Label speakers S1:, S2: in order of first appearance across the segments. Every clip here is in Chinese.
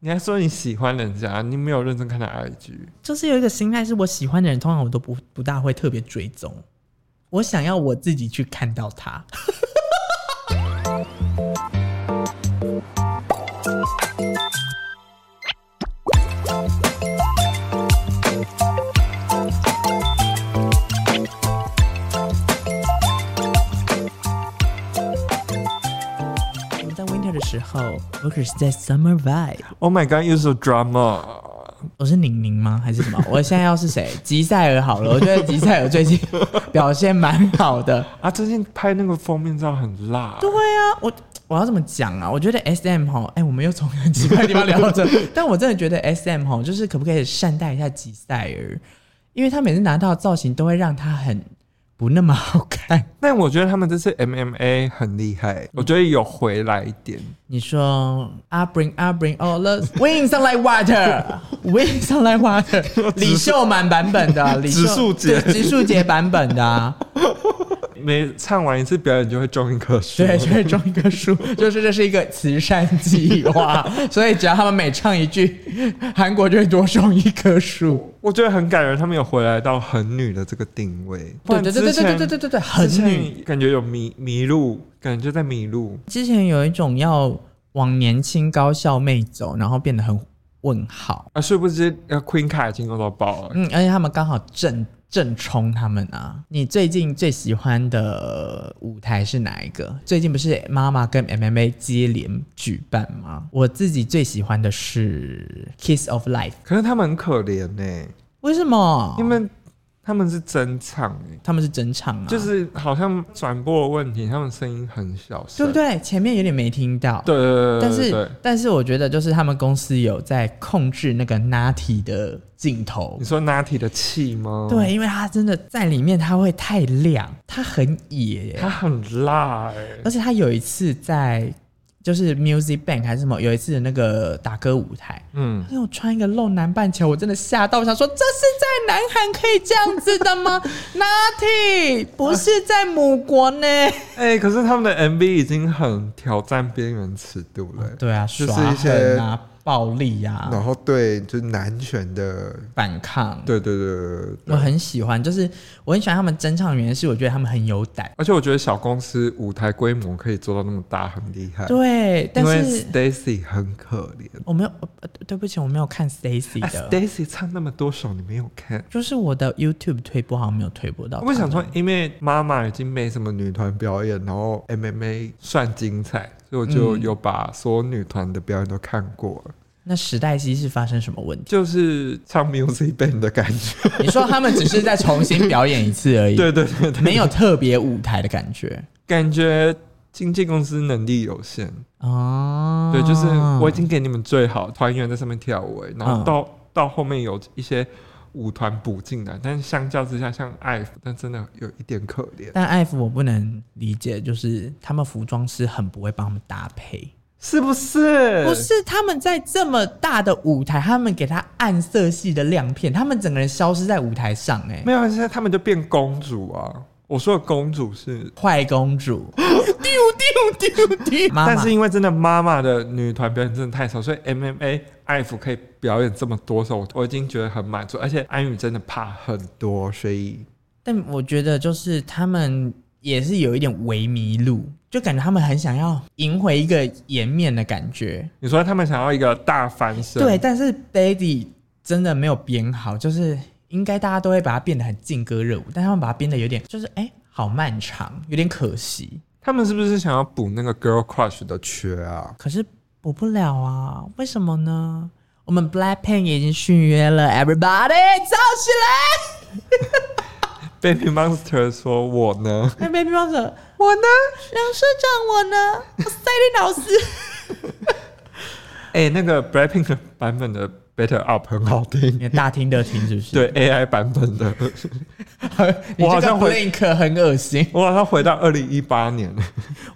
S1: 你还说你喜欢人家，你没有认真看他 IG，
S2: 就是有一个心态，是我喜欢的人，通常我都不不大会特别追踪，我想要我自己去看到他。我在 winter 的时候，我可是在 summer vibe。
S1: Oh my god, you're so drama！
S2: 我是宁宁吗？还是什么？我现在要是谁？吉赛尔好了，我觉得吉赛尔最 近表现蛮好的。
S1: 啊，最近拍那个封面照很辣，
S2: 对啊，我我要怎么讲啊？我觉得 S M 哈，哎、我们又从很奇怪的地方聊到 这，但我真的觉得 S M 哈，就是可不可以善待一下吉赛尔？因为他每次拿到的造型都会让他很不那么好看。
S1: 但我觉得他们这次 MMA 很厉
S2: 嗯
S1: 害，我觉得有回来一点。
S2: 你说 I bring I bring all the wings on like water, wings on like water，李 秀满版本的，李秀
S1: 植树节
S2: 对植树节版本的、啊。
S1: 每唱完一次表演就会中一棵树，
S2: 对，就会种一棵 树，就是这是一个慈善计 划，所以只要他们每唱一句，韩国就会多送一棵树。
S1: 我觉得很感人，他们有回来到很女的这个定位。
S2: 对对对对对对对对对，很
S1: 之前
S2: 女。
S1: 感觉有迷迷路，感觉在迷路。
S2: 之前有一种要往年轻高校妹走，然后变得很问号。
S1: 啊，殊不知呃，Queen 卡已经用到爆了。
S2: 嗯，而且他们刚好正正冲他们啊。你最近最喜欢的舞台是哪一个？最近不是妈妈跟 MMA 接连举办吗？我自己最喜欢的是 Kiss of Life。
S1: 可是他们很可怜呢、
S2: 为什么？
S1: 因为他们是真唱、欸，
S2: 他们是整场啊，
S1: 就是好像转播的问题，他们声音很小
S2: 对
S1: 声，
S2: 不对？前面有点没听到，
S1: 对？对对对对
S2: 但是
S1: 对
S2: 但是我觉得就是他们公司有在控制那个 Natty 的镜头
S1: 你，说 Natty 的气吗？，
S2: 对，因为他真的在里面他会太亮，他很野耶，
S1: 他很辣哎、
S2: 而且他有一次在就是 Music Bank 还是什么，有一次的那个打歌舞台，
S1: 嗯，
S2: 他有穿一个露南半球，我真的吓到，我想说这是在南韩可以这样子的 吗？Natty 不是在母国 呢？
S1: 哎、可是他们的 MV 已经很挑战边缘尺度了欸、
S2: 对啊，
S1: 就是
S2: 耍
S1: 一些
S2: 狠啊，暴力啊，
S1: 然后对，就是男权的，
S2: 反抗。
S1: 对对对对对对。
S2: 我很喜欢，就是我很喜欢他们真唱的原因是，我觉得他们很有胆。
S1: 而且我觉得小公司舞台规模可以做到那么大，很厉害。
S2: 对，但
S1: 因为
S2: 是
S1: Stacy 很可怜、
S2: 我没有，呃对不起，我没有看 Stacy
S1: 啊、
S2: 的，
S1: ，Stacy 唱那么多首，你没有看？
S2: 就是我的 YouTube 推播好像没有推播到他们。
S1: 我想说，因为妈妈已经没什么女团表演，然后 MMA 算精彩，所以我就有把所有女团的表演都看过了，
S2: 那时代西是发生什么问题？
S1: 就是唱 music band 的感 觉。
S2: 你说他们只是在重新表演一次而 已，
S1: 对对对对，
S2: 没有特别舞台的感觉
S1: 感觉经纪公司能力有限，
S2: 哦。
S1: 对，就是我已经给你们最好，团员在上面跳舞、欸然后到、到后面有一些舞团补进来，但是相较之下，像艾芙，但真的有一点可怜。
S2: 但艾芙我不能理解，就是他们服装师很不会帮他们搭配。
S1: 是不是？
S2: 不是他们在这么大的舞台，他们给他暗色系的亮片，他们整个人消失在舞台上、欸，
S1: 没有，现在他们就变公主啊！我说的公主是，
S2: 坏公主， 丢丢丢丢，妈
S1: 但
S2: 妈
S1: 是。因为真的妈妈的女团表演真的太少，所以 MMA 艾芙可以表演这么多首，我已经觉得很满足。而且安宇真的怕很多，所以
S2: 但我觉得就是他们也是有一点微迷路，就感觉他们很想要赢回一个颜面的感觉。
S1: 你说他们想要一个大翻身，
S2: 对，，但是 Daddy 真的没有编好，就是应该大家都会把它变得很劲歌热舞，但他们把它编的有点就是哎、好漫长，有点可惜。
S1: 他们是不是想要补那个 girl crush 的缺啊？
S2: 可是补不了啊，为什么呢？我们 Blackpink 已经续约了，Everybody 造起来
S1: Baby Monster 说我 呢，
S2: 哎！Baby Monster，我呢？梁社长，我呢？我是赛琳老师，
S1: 哎、那个 Blackpink 的版本的 Better Up 很好听，
S2: 你大听得听是不是？
S1: 对 AI 版本 的，
S2: 你
S1: 我好
S2: 这个
S1: 像会
S2: Blink 很恶心。
S1: 我好像回到二零一八年了。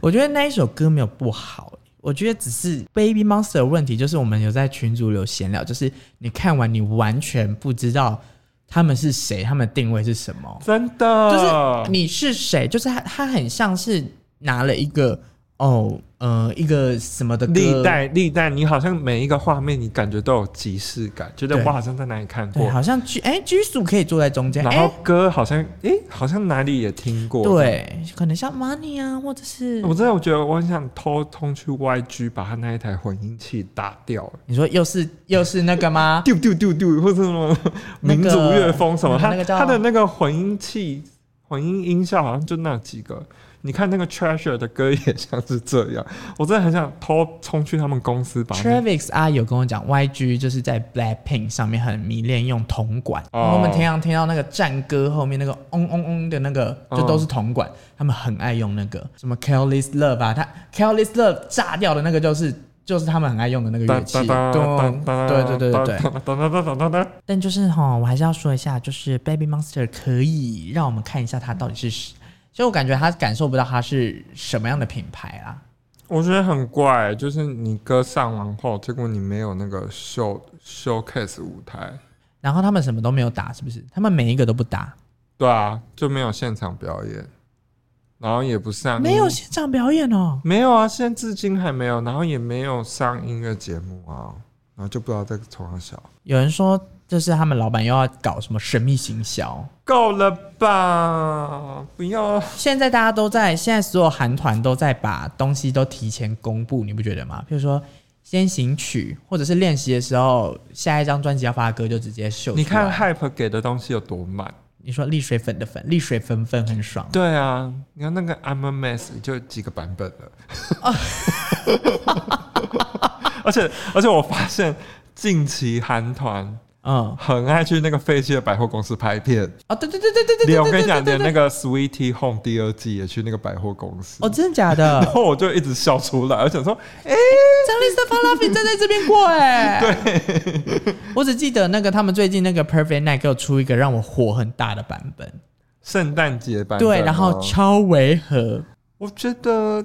S2: 我觉得那一首歌没有不好、我觉得只是 Baby Monster 的问题，就是我们有在群组有闲聊，就是你看完你完全不知道他们是谁，他们的定位是什么。
S1: 真的，
S2: 就是你是谁，就是他，他很像是拿了一个哦，呃，一个什么的歌
S1: 历代历代，你好像每一个画面，你感觉都有即视感，觉得
S2: 对
S1: 我好像在哪里看
S2: 对，
S1: 过，
S2: 好像居哎、居宿可以坐在中间，
S1: 然
S2: 哎、
S1: 后歌好像诶、好像哪里也听过。，
S2: 对，可能像 Money 啊，或者是
S1: 我真的我觉得我很想偷通去 YG 把他那一台混音器打掉，
S2: 你说又是又是那个吗？
S1: 丢丢丢丢，或者什么
S2: 那个嗯
S1: 民族乐风什么，他
S2: 那个那个叫
S1: 他的那个混音器混音音效好像就那几个。你看那个 Treasure 的歌也像是这样，我真的很想偷冲去他们公司把那
S2: Travis 阿有跟我讲，YG 就是在 Blackpink 上面很迷恋用铜管，
S1: 哦
S2: 然后我们平常听到那个战歌后面那个嗡嗡嗡的那个，
S1: 嗯
S2: 就都是铜管，他们很爱用那个什么 Careless Love 啊，他 Careless Love 炸掉的那个就是就是他们很爱用的那个乐器，咚对对对对对。但就是哈，我还是要说一下，就是 Baby Monster 可以让我们看一下它到底是什，所以我感觉他感受不到它是什么样的品牌啦。
S1: 我觉得很怪，就是你歌上完后，结果你没有那个 show showcase 舞台，
S2: 然后他们什么都没有打，是不是？他们每一个都不打，
S1: 对啊，就没有现场表演，然后也不上
S2: 没有
S1: 音
S2: 现场表演哦。
S1: 没有啊，现在至今还没有，然后也没有上音乐节目啊，然后就不知道在从哪小，
S2: 有人说，就是他们老板又要搞什么神秘行销。
S1: 够了吧，不要
S2: 现在大家都在，现在所有韩团都在把东西都提前公布，你不觉得吗？比如说先行曲，或者是练习的时候，下一张专辑要发的歌就直接秀出来。
S1: 你看 hype 给的东西有多满，
S2: 你说沥水粉的粉，沥水粉粉很爽。
S1: 对啊，你看那个 I'm a mess 就几个版本了，
S2: 哦
S1: 而且而且我发现近期韩团
S2: 嗯，
S1: 很爱去那个废弃的百货公司拍片，
S2: 哦，对对对对对对对
S1: 连
S2: 对
S1: 我跟
S2: 对
S1: 你讲，
S2: 对
S1: 连
S2: 对
S1: 那个 Sweetie Home 第二季也去那个百货公司
S2: 哦，，真的假
S1: 然
S2: 的？
S1: 后我就一直笑出来，我想说，哎、
S2: 张丽莎发拉菲站在这边过哎、对，我只记得那个他们最近那个 Perfect Night 给我出一个让我火很大的版本，
S1: 圣诞节版本哦吗
S2: 对，然后超违和。
S1: 我觉得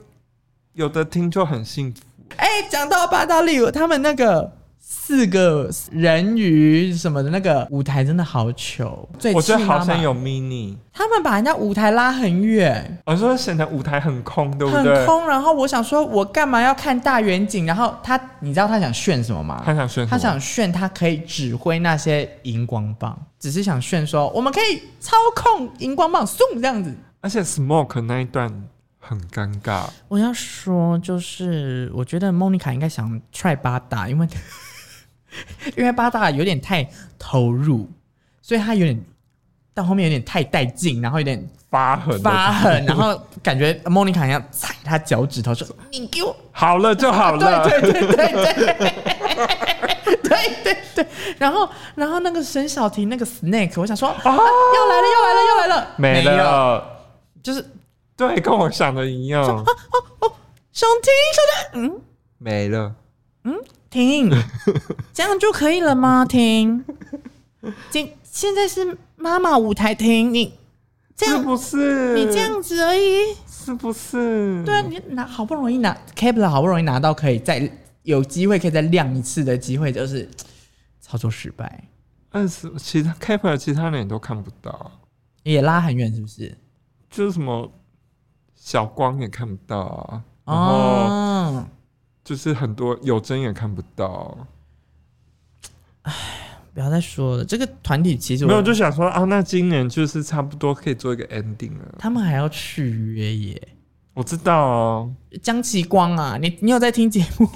S1: 有的听就很幸福，
S2: 哎、讲到八大利，他们那个四个人鱼什么的那个舞台真的好糗，最
S1: 我觉得
S2: 气妈
S1: 好
S2: 妈
S1: 像有 mini，
S2: 他们把人家舞台拉很远。
S1: 我说显得舞台很空，对不
S2: 很
S1: 对？
S2: 空，然后我想说，我干嘛要看大远景？然后他，你知道他想炫什么吗？
S1: 他想选，
S2: 他想炫他可以指挥那些荧光棒，只是想炫说我们可以操控荧光棒送这样子。
S1: 而且 Smoke 那一段很尴尬，
S2: 我要说，就是我觉得莫妮卡应该想 try 八大，因为 因为八大有点太投入，所以他有点到后面有点太带劲，然后有点
S1: 发狠的，
S2: 发 狠，然后感觉莫妮卡要踩他脚趾头说：“你给我
S1: 好了就好了，
S2: 对对对对对。 对对对，然后然后那个沈小婷那个 snake，我想说、啊、又来了又来了又来了，
S1: 没
S2: 有，哦
S1: 了，
S2: 就是哦
S1: 对，跟我想的一样，
S2: 想听想听，嗯，
S1: 没了。
S2: 停，这样就可以了吗？停，今现在是妈妈舞台停，你这
S1: 是
S2: 样
S1: 不是？
S2: 你这样子而已，
S1: 是不是？
S2: 对啊，你拿好不容易拿 c a b l e 好不容易拿到可以再有机会可以再亮一次的机会，就是操作失败，
S1: 二十其他 Caper 其他人也都看不到，啊
S2: 也拉很远是不是？
S1: 就是什么小光也看不到啊，然后
S2: 哦，
S1: 就是很多有真也看不到。啊
S2: 不要再说了，这个团体其实我
S1: 没有，就想说啊，那今年就是差不多可以做一个 ending 了。
S2: 他们还要续约耶。
S1: 我知道啊，
S2: 江奇光啊，你你有在听节 目？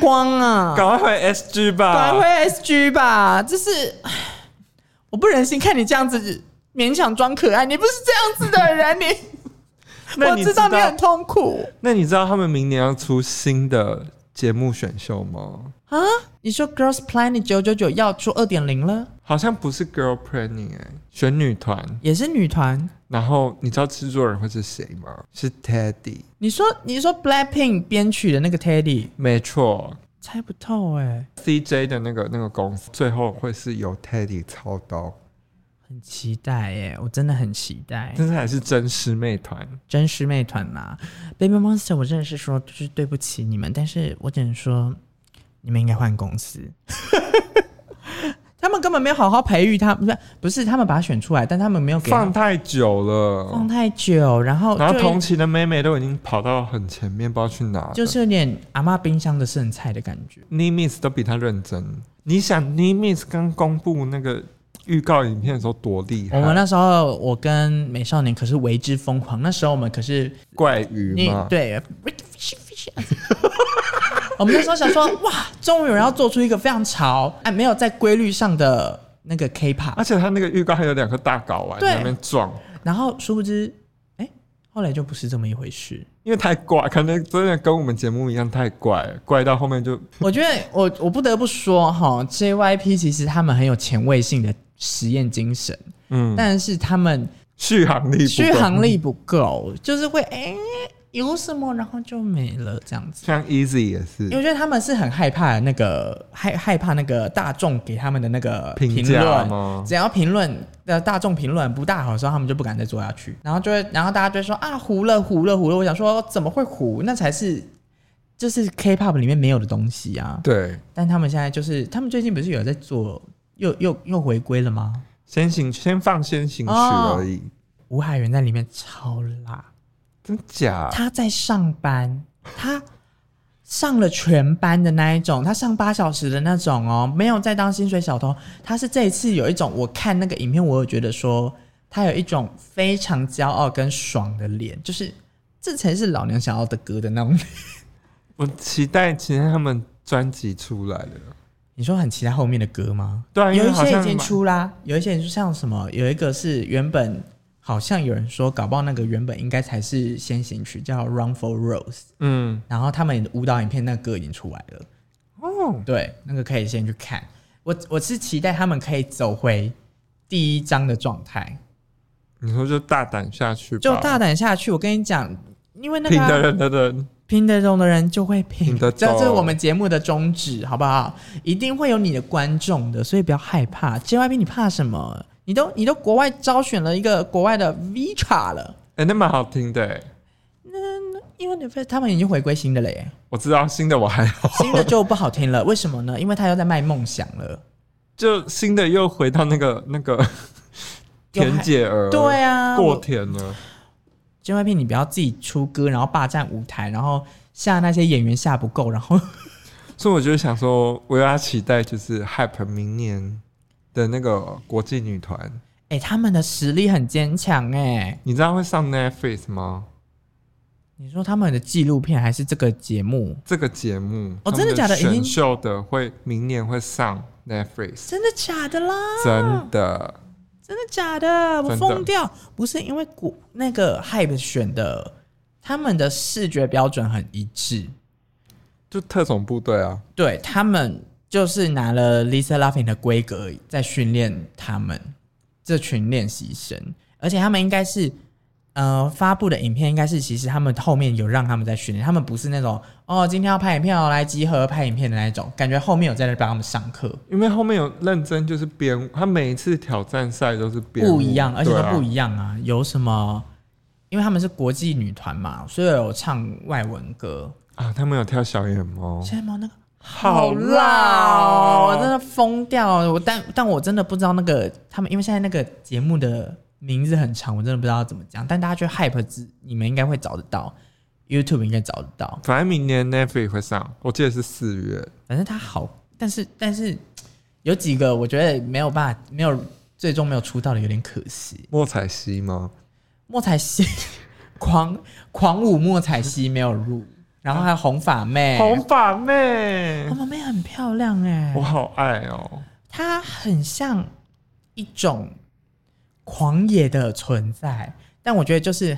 S2: 光啊，
S1: 赶快回 SG 吧。
S2: 赶快 SG 吧，这是唉我不忍心看你这样子勉强装可爱，你不是这样子的人，你
S1: 那
S2: 我
S1: 你
S2: 知道你很痛苦
S1: 那你知道他们明年要出新的节目选秀吗？
S2: 啊。你说 Girls Planet 九九九要出二点零了，
S1: 好像不是 Girl Planning 哎、选女团。
S2: 也是女团。
S1: 然后你知道制作人会是谁吗？是 Teddy。
S2: 你说你说 Blackpink 编曲的那个 Teddy
S1: 没错
S2: 猜不透哎、
S1: ，CJ 的那个那个公司最后会是由 Teddy 操刀，
S2: 很期待耶，我真的很期待
S1: 但是还是真师妹团。
S2: 真师妹团啦、b a b y Monster，我真的是说就是对不起你们， 但是我只能说你们应该换公司。他们根们没有好好培育他，不是不是，他们把他选出来，但他们没有给他
S1: 放太久了，
S2: 放太久，然后
S1: 然后
S2: 就
S1: 同期的妹妹都已经跑到很前面，不知道去哪了。
S2: 就是有点阿妈冰箱的剩菜的感觉。
S1: Nimitz 都比他认真。你想 Nimitz 刚公布那个预告影片的时候多厉害？
S2: 我们那时候，我跟美少年可是为之疯狂。那时候我们可是
S1: 怪鱼
S2: 你
S1: 嘛，
S2: 对， 我们那时候想说，哇，终于有人要做出一个非常潮，哎，没有在规律上的那个 K-pop，
S1: 而且他那个预告还有两个大睾丸
S2: 对
S1: 在那边撞，
S2: 然后殊不知，哎、后来就不是这么一回事。
S1: 因为太怪，可能真的跟我们节目一样太怪，怪到后面就
S2: 我觉得我我不得不说哈，JYP 其实他们很有前卫性的实验精神，
S1: 嗯
S2: 但是他们
S1: 续航力不够
S2: 续航力不够，就是会哎、有什么然后就没了这样子。
S1: 像 Easy 也是
S2: 因为，我觉得他们是很害怕那个害害怕那个大众给他们的那个
S1: 评
S2: 评
S1: 价
S2: 论
S1: 吗，
S2: 只要评论的大众评论不大好的时候，他们就不敢再做下去，然后就会，然后大家就会说啊糊了糊了糊了，我想说怎么会糊？那才是就是 K-pop 里面没有的东西啊。
S1: 对，
S2: 但他们现在就是，他们最近不是有在做又又又回归了吗？
S1: 先行先放先行曲
S2: 哦
S1: 而已，
S2: 吴海源在里面超辣，
S1: 真假？
S2: 他在上班，他上了全班的那一种，他上八小时的那种哦，没有在当薪水小偷。他是这一次有一种，我看那个影片，我有觉得说他有一种非常骄傲跟爽的脸，就是这才是老娘想要的歌的那种 脸。
S1: 我期待期待他们专辑出来了。
S2: 你说很期待后面的歌吗？
S1: 对啊，因
S2: 有
S1: 为
S2: 一
S1: 好
S2: 些已
S1: 像
S2: 经出啦，有一些就像什么，有一个是原本好像有人说，搞不好那个原本应该才是先行曲，叫《Run for Rose》，
S1: 嗯
S2: 然后他们舞蹈影片那个歌已经出来了。
S1: 哦，
S2: 对，那个可以先去看。我我是期待他们可以走回第一章的状态，
S1: 你说就大胆下去吧，
S2: 就大胆下去。我跟你讲，因为那个
S1: 品
S2: 啊、
S1: 的人的人，
S2: 拼得动的人就会拼
S1: 拼得
S2: 这
S1: 动
S2: 这是我们节目的宗旨，好不好？一定会有你的观众的，所以不要害怕。JYP 你怕什么？你都你都国外招选了一个国外的 Visa 了，
S1: 哎、那蛮好听的、欸。
S2: 因为你被他们已经回归新的了耶，
S1: 我知道新的我还好，
S2: 新的就不好听了。为什么呢？因为他又在卖梦想了。
S1: 就新的又回到那 个那个田姐儿，
S2: 对啊，
S1: 过
S2: 我
S1: 甜了。
S2: JYP，你不要自己出歌，然后霸占舞台，然后下那些演员下不够，然后
S1: 所以我就想说，我要期待就是 Hype 明年的那个国际女团，
S2: 哎、他们的实力很坚强哎。
S1: 你知道会上 Netflix 吗？
S2: 你说他们的纪录片还是这个节目？
S1: 这个节目
S2: 哦
S1: 他们
S2: 真的假的已经
S1: 选秀的会明年会上 Netflix，
S2: 真的假的啦？
S1: 真的。
S2: 真的假的？我
S1: 真的
S2: 疯掉！不是因为古那个 Hype 选的，他们的视觉标准很一致，
S1: 就特种部队啊，
S2: 对他们就是拿了 Lisa Laughing 的规格在训练他们这群练习生，而且他们应该是呃发布的影片应该是其实他们后面有让他们在训练，他们不是那种哦今天要拍影片哦来集合拍影片的那一种，感觉后面有在那帮他们上课，
S1: 因为后面有认真就是编舞，他每一次挑战赛都是编舞
S2: 不一样，而且
S1: 对
S2: 都
S1: 啊
S2: 不一样啊，有什么？因为他们是国际女团嘛，所以有唱外文歌。
S1: 啊，他们有跳小野猫，
S2: 现在猫那个
S1: 哦好
S2: 辣
S1: 辣
S2: 哦
S1: 哦
S2: 我真的疯掉哦了。我但但我真的不知道那个他们，因为现在那个节目的名字很长，我真的不知道怎么讲。但大家去 hype 之，你们应该会找得到，YouTube 应该找得到。
S1: 反正明年 Netflix 会上，我记得是四月。
S2: 反正它好，但是但是有几个我觉得没有办法，没有最终没有出道的有点可惜。
S1: 莫彩曦吗？
S2: 莫彩曦狂 狂舞莫彩曦没有入，然后还有红发妹，
S1: 红发妹
S2: 红，发妹很漂亮哎、
S1: 我好爱哦！
S2: 它很像一种狂野的存在，但我觉得就是，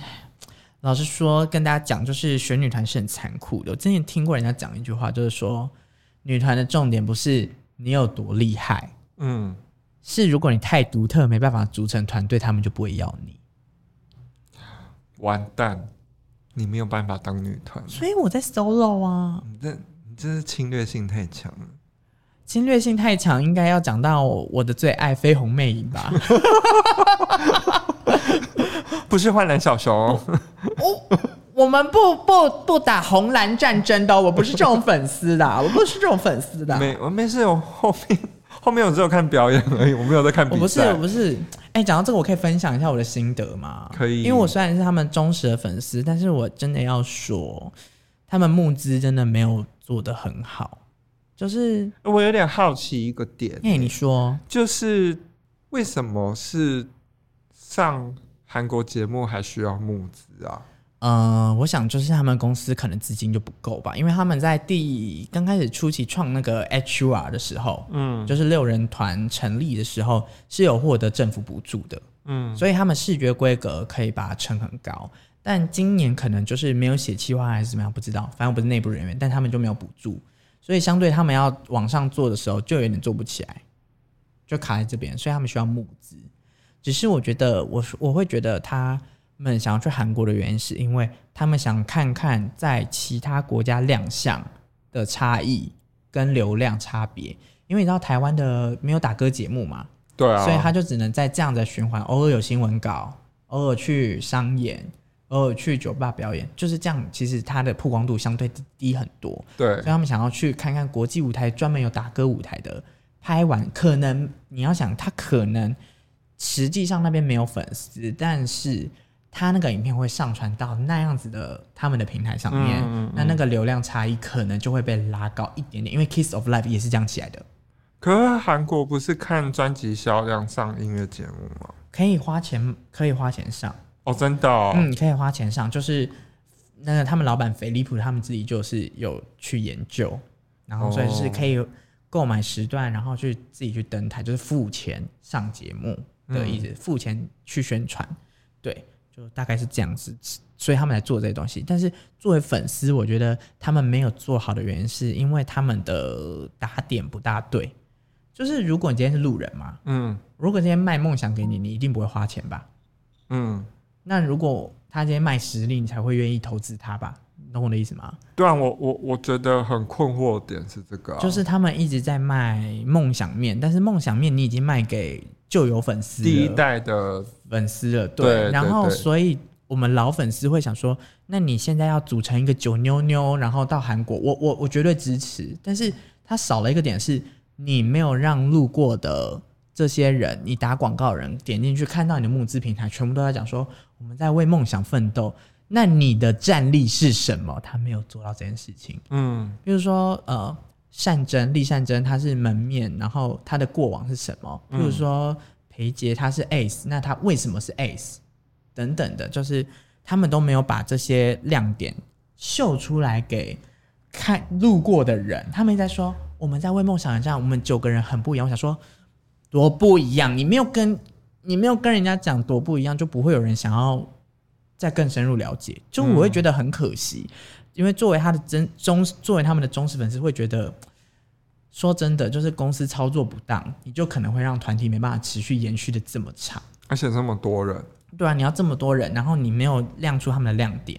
S2: 老实说，跟大家讲，就是选女团是很残酷的。我之前听过人家讲一句话，就是说，女团的重点不是你有多厉害，
S1: 嗯，
S2: 是如果你太独特，没办法组成团队，他们就不会要你。
S1: 完蛋，你没有办法当女团，
S2: 所以我在 solo 啊，
S1: 你这你这是侵略性太强了。
S2: 侵略性太强，应该要讲到我的最爱绯红魅影 吧。
S1: 不是换蓝小熊，
S2: 我们不不不打红蓝战争的哦，我不是这种粉丝的啊，我不是这种粉丝的啊。
S1: 没我没事，我后面后面我只有看表演而已，我没有在看
S2: 我
S1: 比
S2: 不是，
S1: 赛。
S2: 我不是，哎、讲到这个，我可以分享一下我的心得吗？
S1: 可以
S2: 因为我虽然是他们忠实的粉丝，但是我真的要说，他们募资真的没有做得很好。就是，
S1: 我有点好奇一个点，
S2: 哎、你说，
S1: 就是为什么是上韩国节目还需要募资啊？
S2: 呃，我想就是他们公司可能资金就不够吧，因为他们在第刚开始初期创那个 HR 的时候，
S1: 嗯
S2: 就是六人团成立的时候是有获得政府补助的，
S1: 嗯
S2: 所以他们视觉规格可以把它撑很高。但今年可能就是没有写企划还是怎么样，不知道，反正我不是内部人员，但他们就没有补助，所以相对他们要往上做的时候就有点做不起来，就卡在这边，所以他们需要募资。只是我觉得我我会觉得他们想要去韩国的原因，是因为他们想看看在其他国家亮相的差异跟流量差别。因为你知道台湾的没有打歌节目嘛，
S1: 对啊，
S2: 所以他就只能在这样的循环，偶尔有新闻稿，偶尔去商演，偶尔去酒吧表演，就是这样。其实它的曝光度相对低低很多，
S1: 对
S2: 所以他们想要去看看国际舞台专门有打歌舞台的拍完，可能你要想他可能实际上那边没有粉丝，但是他那个影片会上传到那样子的他们的平台上面，
S1: 嗯嗯嗯
S2: 那那个流量差异可能就会被拉高一点点，因为 Kiss of Life 也是这样起来的。
S1: 可是韩国不是看专辑销量上音乐节目吗？
S2: 可以花钱，可以花钱上，
S1: 哦，真的、哦，
S2: 嗯，可以花钱上，就是那个他们老板菲利普他们自己就是有去研究，然后所以就是可以购买时段，然后去自己去登台，就是付钱上节目的意思，付钱去宣传，对，就大概是这样子，所以他们来做这些东西。但是作为粉丝，我觉得他们没有做好的原因，是因为他们的打点不大对。就是如果你今天是路人嘛，
S1: 嗯
S2: 如果今天卖梦想给你，你一定不会花钱吧？
S1: 嗯，
S2: 那如果他今天卖实力，你才会愿意投资他吧？你懂我的意思吗？
S1: 对啊，我我我觉得很困惑的点是这个、啊，
S2: 就是他们一直在卖梦想面，但是梦想面你已经卖给旧有粉丝了，
S1: 第一代的，
S2: 粉丝了，对。
S1: 对对
S2: 然后，
S1: 对
S2: 所以我们老粉丝会想说，那你现在要组成一个九妞妞，然后到韩国，我我我绝对支持。但是它少了一个点是，你没有让路过的这些人，你打广告的人点进去看到你的募资平台，全部都在讲说我们在为梦想奋斗。那你的战力是什么？他没有做到这件事情。
S1: 嗯
S2: 比如说呃，善珍厉善珍，她是门面，然后她的过往是什么？比如说裴杰，他是 ACE，那他为什么是 ACE？等等的，就是他们都没有把这些亮点秀出来给看路过的人。他们一直在说我们在为梦想而战，我们九个人很不一样。我想说多不一样，你没有跟你没有跟人家讲多不一样，就不会有人想要再更深入了解。就我会觉得很可惜，因为作为他的真忠，作为他们的忠实粉丝，会觉得。说真的，就是公司操作不当，你就可能会让团体没办法持续延续的这么长。
S1: 而且这么多人，
S2: 对啊，你要这么多人，然后你没有亮出他们的亮点，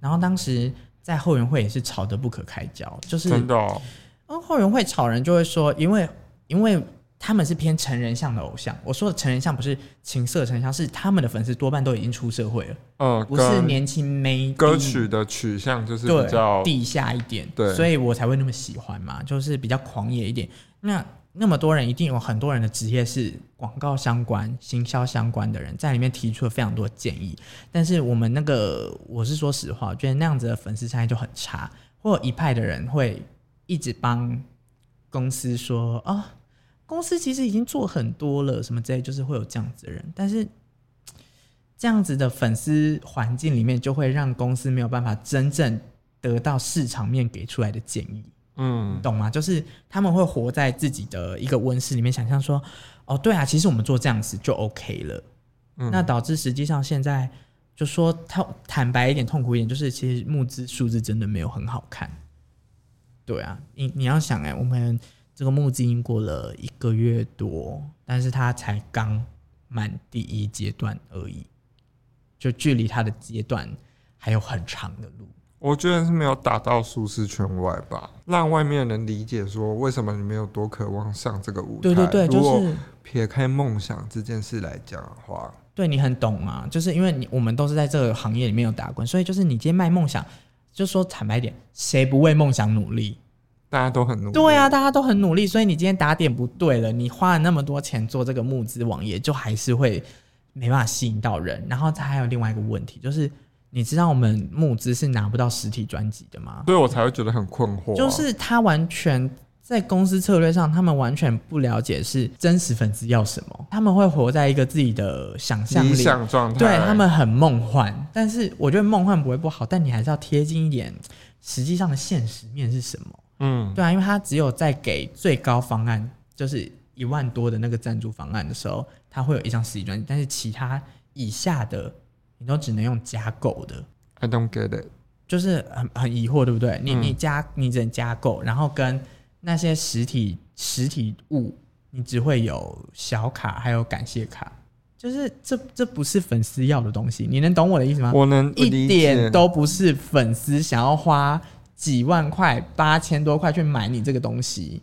S2: 然后当时在后援会也是吵得不可开交，就是
S1: 真的、哦，
S2: 嗯，后援会吵人就会说，因为因为他们是偏成人向的偶像，我说的成人向不是情色成人向，是他们的粉丝多半都已经出社会了，
S1: 呃，
S2: 不是
S1: 跟
S2: 年轻妹
S1: 歌
S2: 低
S1: 曲的取向就是
S2: 对
S1: 比较，
S2: 地下一点，
S1: 对
S2: 所以我才会那么喜欢嘛，就是比较狂野一点。那那么多人，一定有很多人的职业是广告相关、行销相关的人，在里面提出了非常多建议。但是我们那个，我是说实话，我觉得那样子的粉丝参与就很差，会有一派的人会一直帮公司说啊、公司其实已经做很多了，什么之类，就是会有这样子的人，但是。这样子的粉丝环境里面，就会让公司没有办法真正得到市场面给出来的建议，
S1: 嗯
S2: 懂吗？就是他们会活在自己的一个温室里面，想象说，哦，对啊，其实我们做这样子就 OK 了。
S1: 嗯
S2: 那导致实际上现在就说他坦白一点，痛苦一点，就是其实募资数字真的没有很好看。对啊，你你要想哎、我们这个募资已经过了一个月多，但是它才刚满第一阶段而已，就距离它的阶段还有很长的路。
S1: 我觉得是没有打到舒适圈外吧，让外面人理解说为什么你没有多渴望上这个舞台。
S2: 对对对，
S1: 如
S2: 就
S1: 果
S2: 是
S1: 撇开梦想这件事来讲的话，
S2: 对你很懂啊，就是因为你我们都是在这个行业里面有打滚，所以就是你今天卖梦想，就说坦白一点，谁不为梦想努力？
S1: 大家都很努力。
S2: 对啊，大家都很努力，所以你今天打点不对了，你花了那么多钱做这个募资网页，就还是会没办法吸引到人。然后它还有另外一个问题，就是你知道我们募资是拿不到实体专辑的吗？
S1: 所以我才会觉得很困惑啊、
S2: 就是他完全在公司策略上，他们完全不了解是真实粉丝要什么，他们会活在一个自己的想象
S1: 理
S2: 里，
S1: 想状态，
S2: 对他们很梦幻。但是我觉得梦幻不会不好，但你还是要贴近一点，实际上的现实面是什么？
S1: 嗯，
S2: 对啊，因为他只有在给最高方案，就是一万多的那个赞助方案的时候，他会有一张实体专辑，但是其他以下的你都只能用加购的，
S1: ，I don't get it。
S2: 就是很很疑惑，对不对？你
S1: 嗯
S2: 你加你只能加购，然后跟那些实体实体物，你只会有小卡还有感谢卡，就是这这不是粉丝要的东西，你能懂我的意思吗？
S1: 我能
S2: 啊一
S1: 理解
S2: 点都不是粉丝想要花几万块、八千多块去买你这个东西。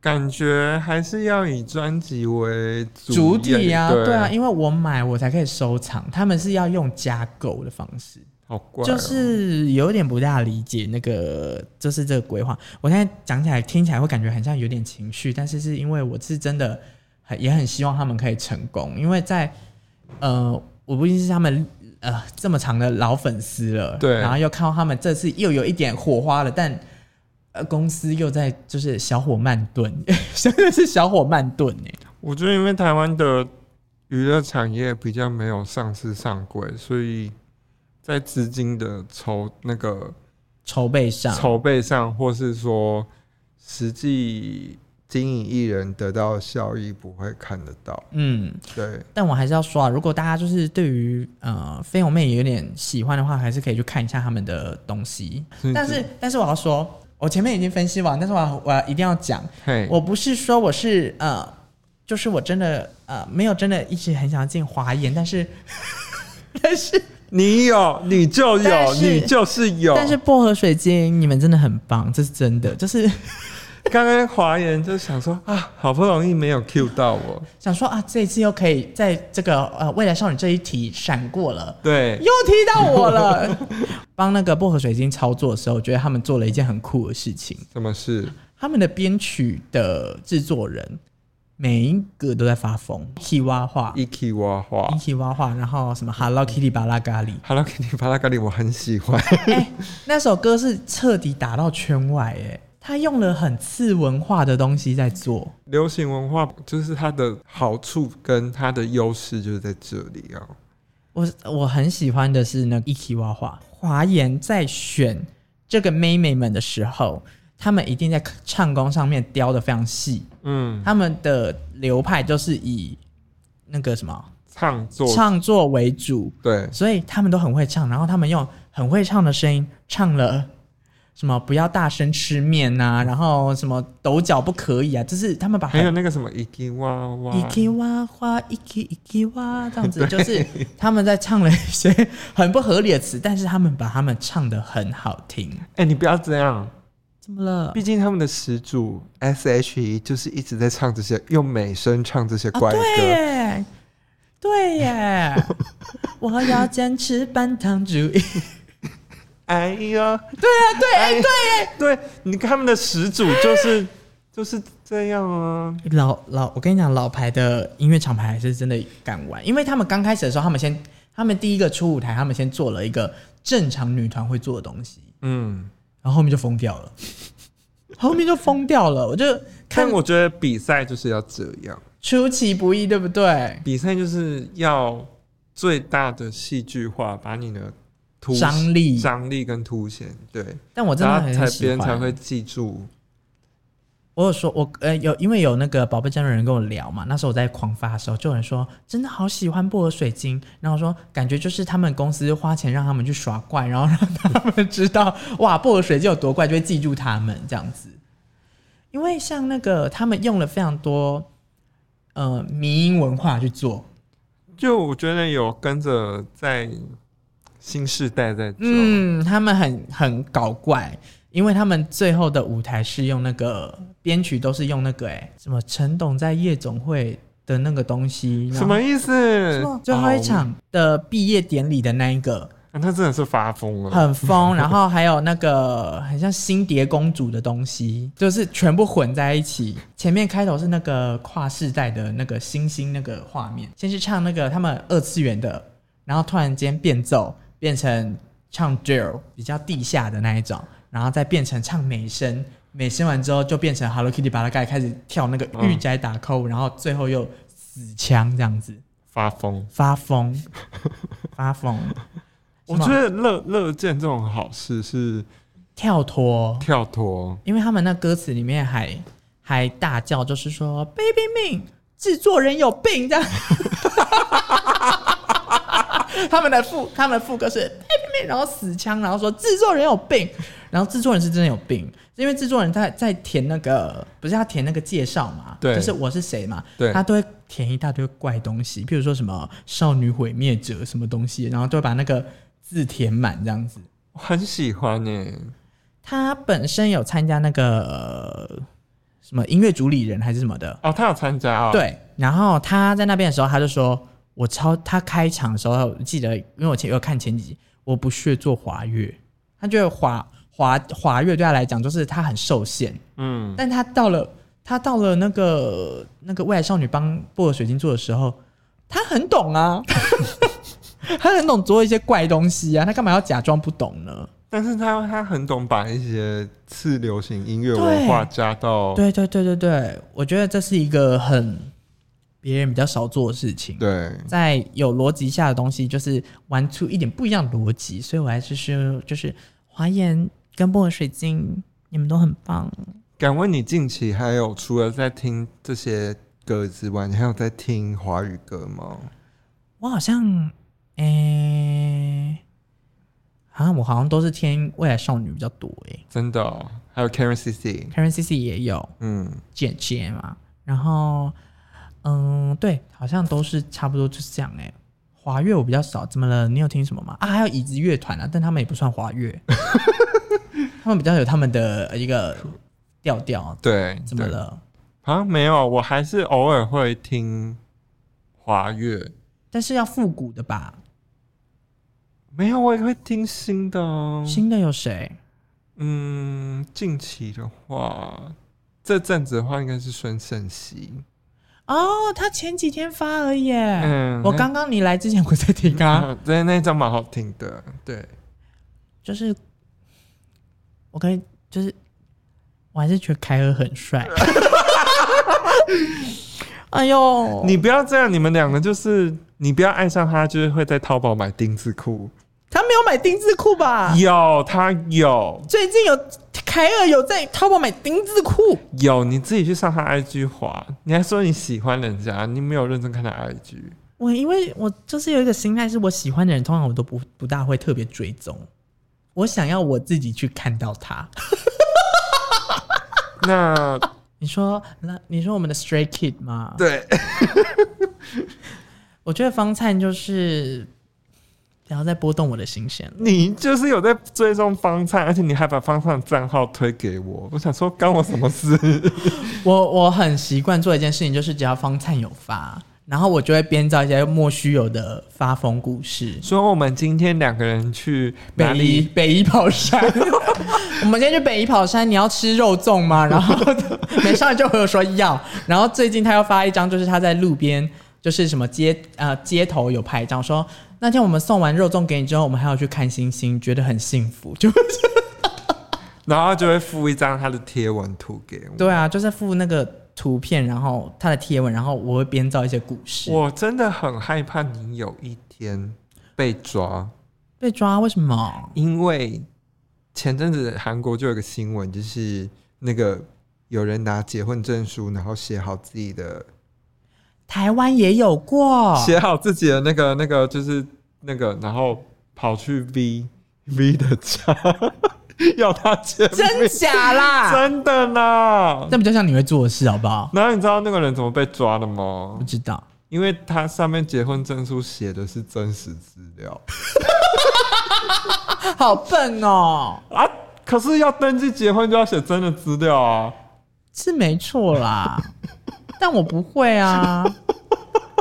S1: 感觉还是要以专辑为
S2: 主
S1: 业
S2: 体啊，
S1: 对
S2: 对啊，，因为我买我才可以收藏，他们是要用加购的方式，
S1: 好怪哦、
S2: 就是有点不大理解那个，就是这个规划。我现在讲起来听起来会感觉很像有点情绪，但是是因为我是真的很也很希望他们可以成功，因为在呃，我不仅是他们呃这么长的老粉丝了，
S1: 对
S2: 然后又看到他们这次又有一点火花了，但。呃，公司又在就是小火慢炖， 真的是小火慢炖哎、
S1: 我觉得因为台湾的娱乐产业比较没有上市上柜，所以在资金的筹那个
S2: 筹备上，
S1: 筹备上，或是说实际经营艺人得到的效益不会看得到。
S2: 嗯，
S1: 对，
S2: 但我还是要说啊，如果大家就是对于呃飞鸿妹有点喜欢的话，还是可以去看一下他们的东西。
S1: 嗯
S2: 但是，但是我要说，我前面已经分析完，但是我要我要一定要讲，
S1: 嘿，
S2: 我不是说我是呃，就是我真的呃没有真的一直很想要进华研，但是但是
S1: 你有你就有
S2: 但是
S1: 你就是有，
S2: 但是薄荷水晶你们真的很棒，这是真的，就是
S1: 刚刚华研就想说啊，好不容易没有 Q 到我，
S2: 想说啊，这一次又可以在这个呃未来少女这一题闪过了。
S1: 对，
S2: 又踢到我了。帮那个薄荷水晶操作的时候，我觉得他们做了一件很酷的事情。
S1: 什么事？
S2: 他们的编曲的制作人，每一个都在发疯，K 蛙画、
S1: 一 K 挖话
S2: K 蛙画，然后什么 Hello Kitty 巴拉咖喱。
S1: ，Hello Kitty 巴拉咖喱，我很喜欢。
S2: 哎，那首歌是彻底打到圈外哎、他用了很次文化的东西在做，
S1: 流行文化就是它的好处跟它的优势就是在这里啊。
S2: 我我很喜欢的是那个 Iki 娃华华研在选这个妹妹们的时候，他们一定在唱功上面雕的非常细，
S1: 嗯，
S2: 他们的流派就是以那个什么
S1: 唱作
S2: 唱作为主，
S1: 对，
S2: 所以他们都很会唱，然后他们用很会唱的声音唱了。什么不要大声吃面呐、然后什么抖脚不可以啊，就是他们把
S1: 还
S2: 很啊
S1: 有那个什么一 K 哇哇，
S2: 一 k 哇花一 k 一 k 哇这样 子，就是他们在唱了一些很不合理的词，但是他们把他们唱的很好听。
S1: 哎，你不要这样，
S2: 怎么了？
S1: 毕竟他们的始祖 S.H.E 就是一直在唱这些，用美声唱这些
S2: 啊，
S1: 怪歌。
S2: 对耶，对耶， 我要坚持半糖主义。
S1: 哎呀，
S2: 对啊，对，哎、
S1: 哎对，你看他们的始祖就是 就是这样啊。
S2: 老老，我跟你讲，老牌的音乐厂牌还是真的敢玩，因为他们刚开始的时候，他们先，他们第一个出舞台，他们先做了一个正常女团会做的东西，
S1: 嗯，
S2: 然后后面就疯掉了， 后面就疯掉了，我就看
S1: 但我觉得比赛就是要这样，
S2: 出其不意，对不对？
S1: 比赛就是要最大的戏剧化，把你的凸显
S2: 张力，
S1: 张力跟凸显，对，
S2: 但我真的
S1: 然后
S2: 很
S1: 才别
S2: 喜
S1: 人才
S2: 欢。
S1: 会记住。
S2: 我有说，我呃有，因为有那个宝贝家的人跟我聊嘛，那时候我在狂发的时候，就有人说真的好喜欢薄荷水晶，然后我说感觉就是他们公司花钱让他们去耍怪，然后让他们知道哇 薄荷水晶有多怪，就会记住他们这样子。因为像那个他们用了非常多呃迷因文化去做，
S1: 就我觉得有跟着在新时代在走，
S2: 嗯，他们很很搞怪，因为他们最后的舞台是用那个编曲都是用那个哎、什么陈董在夜总会的那个东西，然后
S1: 什么意
S2: 什
S1: 思
S2: 么？最后一
S1: 哦
S2: 场的毕业典礼的那一个，
S1: 那他真的是发疯了，
S2: 很疯，然后还有那个很像星蝶公主的东西，就是全部混在一起。前面开头是那个跨世代的那个星星那个画面，先是唱那个他们二次元的，然后突然间变奏变成唱 drill 比较地下的那一种，然后再变成唱美声，美声完之后就变成 Hello Kitty 巴拉盖开始跳那个
S1: 嗯
S2: 御宅打 call，、然后最后又死枪这样子
S1: 发疯。
S2: 发疯发疯。
S1: 我
S2: 是吗
S1: 觉得乐乐见这种好事是
S2: 跳脱，
S1: 跳脱，
S2: 因为他们那歌词里面还还大叫，就是说 “baby 命，制作人有病”这样。 他们的副他们的副歌是 “baby 命”，然后死腔，然后说制作人有病， 然后制作人是真的有病，因为制作人在在填那个不是要填那个介绍嘛，
S1: 对
S2: 就是我是谁嘛，
S1: 对
S2: 他都会填一大堆怪东西，譬如说什么少女毁灭者什么东西，然后都会把那个字填满这样子。
S1: 我很喜欢呢、
S2: 他本身有参加那个、呃什么音乐主理人还是什么的，
S1: 哦，他有参加哦，，
S2: 对。然后他在那边的时候，他就说：“我超他开场的时候，我记得，因为我前有看前几集，我不屑做华乐，他觉得华华华乐对他来讲就是他很受限，
S1: 嗯，
S2: 但他到了他到了那个那个未来少女帮薄荷水晶做的时候，他很懂啊， 他很懂做一些怪东西啊，他干嘛要假装不懂呢？
S1: 但是他他很懂把一些次流行音乐文化加到
S2: 对对对对对，我觉得这是一个很别人比较少做的事情。
S1: 对
S2: 在有逻辑下的东西，就是玩出一点不一样的逻辑，所以我还是说，就是华研跟薄荷水晶，你们都很棒。
S1: 敢问你近期还有除了在听这些歌之外，你还有在听华语歌吗？
S2: 我好像，诶、好像我好像都是听未来少女比较多诶、
S1: 真的哦、还有 Karen C C，
S2: Karen C C 也有
S1: 嗯，
S2: 姐姐嘛，然后，嗯，对，好像都是差不多就是这样诶、华乐我比较少，怎么了？你有听什么吗？啊，还有椅子乐团啊，但他们也不算华乐， 他们比较有他们的一个调调。啊
S1: 对，
S2: 怎么
S1: 对？
S2: 了？
S1: 啊，没有，我还是偶尔会听华乐，
S2: 但是要复古的吧？
S1: 没有，我也会听新的哦。
S2: 新的有谁？
S1: 嗯，近期的话，这阵子的话应该是孙盛熙。
S2: 哦，他前几天发而已耶。
S1: 嗯
S2: 我刚刚你来之前我在听啊，
S1: 啊，对，那一张蛮好听的。对，
S2: 就是我跟就是我还是觉得凯尔很帅。 哎呦，
S1: 哦你不要这样，你们两个就是你不要爱上他，就是会在淘宝买丁字裤。
S2: 他没有买丁字裤吧？
S1: 有，他有
S2: 最近有凯尔有在淘宝买丁字裤，
S1: 有，你自己去上他 IG 滑，你还说你喜欢人家，你没有认真看他 IG。
S2: 我因为我就是有一个心态，是我喜欢的人，通常我都不不大会特别追踪，我想要我自己去看到他。
S1: 那
S2: 你说那你说我们的 Stray Kid 吗？
S1: 对，
S2: 我觉得方灿就是不要再波动我的心弦了。
S1: 你就是有在追踪方灿，而且你还把方灿账号推给我，我想说干我什么事？
S2: 我我很习惯做一件事情，就是只要方灿有发，然后我就会编造一些莫须有的发疯故事。
S1: 说我们今天两个人去哪
S2: 北
S1: 里？
S2: 宜北宜跑 山，我们今天去北宜跑山，你要吃肉粽吗？然后美少女就 回我说要，然后最近他又发一张，就是他在路边，就是什么街呃街头有拍一张说。那天我们送完肉粽给你之后，我们还要去看星星，觉得很幸福， 就
S1: 然后就会附一张他的贴文图给我。
S2: 对啊，就是附那个图片，然后它的贴文，然后我会编造一些故事。
S1: 我真的很害怕你有一天被抓，
S2: 被抓为什么？
S1: 因为前阵子韩国就有个新闻，就是那个有人拿结婚证书，然后写好自己的，
S2: 台湾也有过，
S1: 写好自己的那个那个就是那个，然后跑去 V V 的家 要他签
S2: 真
S1: 名，
S2: 假啦？
S1: 真的啦。
S2: 那比较像你会做的事，好不好？
S1: 然后你知道那个人怎么被抓的吗
S2: 不？知道，
S1: 因为他上面结婚证书写的是真实资料
S2: 好笨哦，
S1: 啊，可是要登记结婚就要写真的资料啊。
S2: 是没错啦，但我不会啊。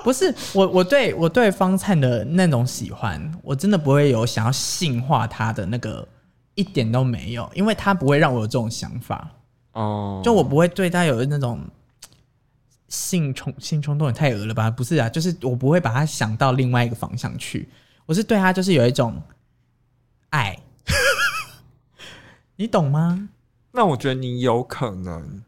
S2: 不是我，我对我对方灿的那种喜欢，我真的不会有想要性化他的那个，一点都没有，因为他不会让我有这种想法，
S1: 哦，
S2: 就我不会对他有那种性冲性冲动，也太恶了吧？不是啊，就是我不会把他想到另外一个方向去，我是对他就是有一种爱， 你懂吗？
S1: 那我觉得你有可能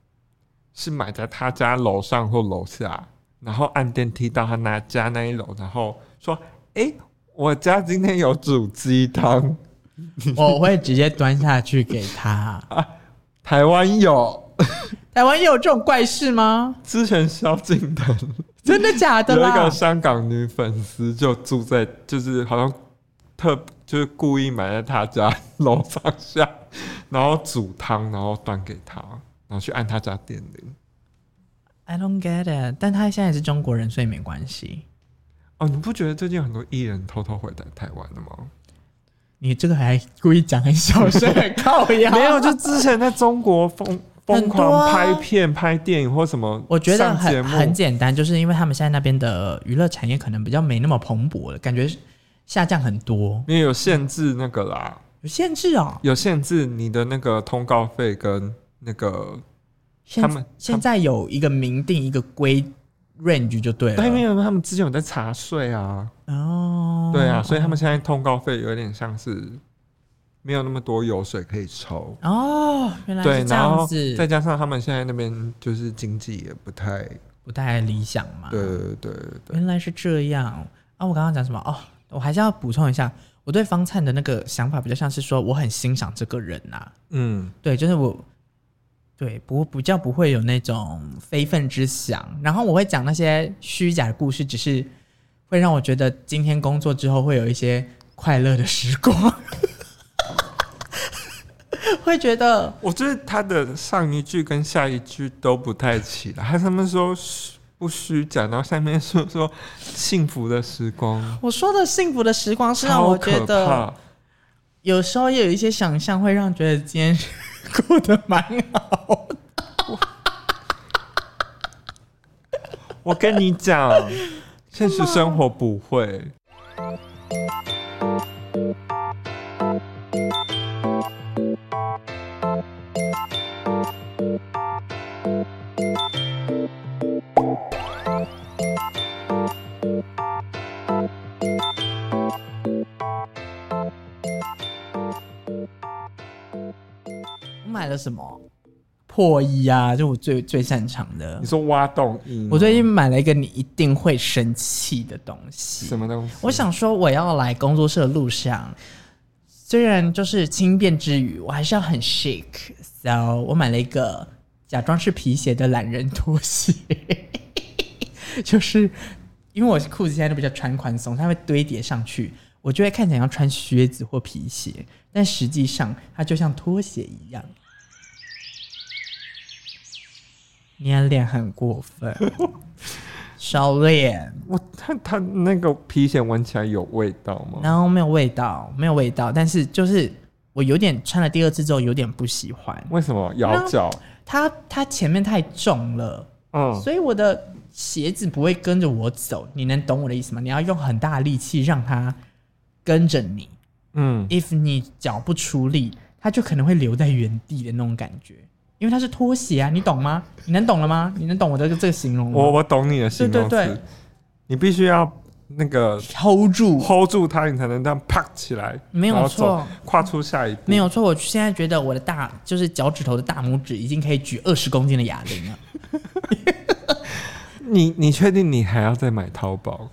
S1: 是买在他家楼上或楼下，然后按电梯到他那家那一楼，然后说：“哎、我家今天有煮鸡汤，
S2: 我会直接端下去给他。
S1: 台湾有。
S2: 台湾也有这种怪事吗？”
S1: 之前萧敬腾
S2: 真的假的啊
S1: 有一
S2: 啦
S1: 个？香港女粉丝就住在，就是好像特就是故意买在他家楼上下，然后煮汤，然后端给他，然后去按他家电铃。
S2: I don't get it，但他现在也是中国人，所以没关系。
S1: 哦，你不觉得最近有很多艺人偷偷回来台湾了吗？
S2: 你这个还故意讲很 小声，很靠呀？
S1: 没有，就之前在中国疯疯狂拍片、拍电影或什么，
S2: 啊我觉得
S1: 上节
S2: 很
S1: 目
S2: 很简单，就是因为他们现在那边的娱乐产业可能比较没那么蓬勃了，感觉下降很多，
S1: 因为有限制那个啦，
S2: 有限制哦。
S1: 有限制你的那个通告费跟那个，
S2: 现
S1: 他们
S2: 现在有一个明定一个规 range 就对了。
S1: 但因为他们之前有在查税啊，
S2: 哦，
S1: 对啊，所以他们现在通告费有点像是没有那么多油水可以抽，
S2: 哦，原来
S1: 对，
S2: 是这
S1: 然
S2: 样
S1: 后再
S2: 子，
S1: 加上他们现在那边就是经济也不太，
S2: 不太理想嘛。
S1: 对对对对对，
S2: 原来是这样啊！我刚刚讲什么？哦，我还是要补充一下，我对方灿的那个想法比较像是说，我很欣赏这个人啊呐、
S1: 嗯，
S2: 对，就是我，对，不比较不会有那种非分之想，然后我会讲那些虚假的故事，只是会让我觉得今天工作之后会有一些快乐的时光， 会觉得
S1: 我觉得他的上一句跟下一句都不太起来，他他们说虚不虚假，然后下面说说幸福的时光，
S2: 我说的幸福的时光是让
S1: 超
S2: 我觉
S1: 可
S2: 得。
S1: 怕。
S2: 有时候也有一些想象，会让觉得今天 过得蛮好。
S1: 我跟你讲，现实生活不会。
S2: 我买了什么破衣啊？就我最最擅长的
S1: 你。说挖洞音，
S2: 我最近买了一个你一定会生气的东西
S1: 什。么东西？
S2: 我想说，我要来工作室的路上，虽然就是轻便之余，我还是要很 chic。So，我买了一个假装是皮鞋的懒人拖鞋， 就是因为我裤子现在都比较穿宽松，它会堆叠上去，我就会看起来像穿靴子或皮鞋，但实际上它就像拖鞋一样。你的脸很过分，收敛。
S1: 我他他那个皮鞋闻起来有味道吗？
S2: 然后没有味道，没有味道，但是就是我有点穿了第二次之后有点不喜欢，
S1: 为什么咬脚？
S2: 它它前面太重了，
S1: 嗯，
S2: 所以我的鞋子不会跟着我走，你能懂我的意思吗？你要用很大的力气让它跟着你
S1: 嗯，
S2: ，if 你脚不出力，它就可能会留在原地的那种感觉，因为它是拖鞋啊，你懂吗？你能懂了吗？你能懂我的这个形容吗？
S1: 我我懂你的形容
S2: 嗯对对
S1: 词
S2: 对，
S1: 你必须要那个
S2: hold 住，
S1: hold 住它，你才能这样啪起来，
S2: 没有
S1: 然后走
S2: 错，
S1: 跨出下一步。
S2: 没有错，我现在觉得我的大就是脚趾头的大拇指已经可以举二十公斤的哑铃了。
S1: 你你确定你还要再买淘宝？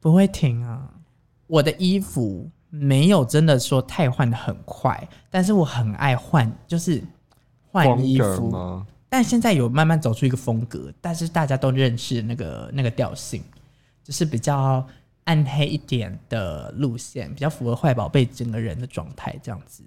S2: 不会停啊！我的衣服没有真的说太换的很快，但是我很爱换，就是换衣
S1: 风格
S2: 服。
S1: 吗？
S2: 但现在有慢慢走出一个风格，但是大家都认识那个那个调性，就是比较暗黑一点的路线，比较符合坏宝贝整个人的状态这样子。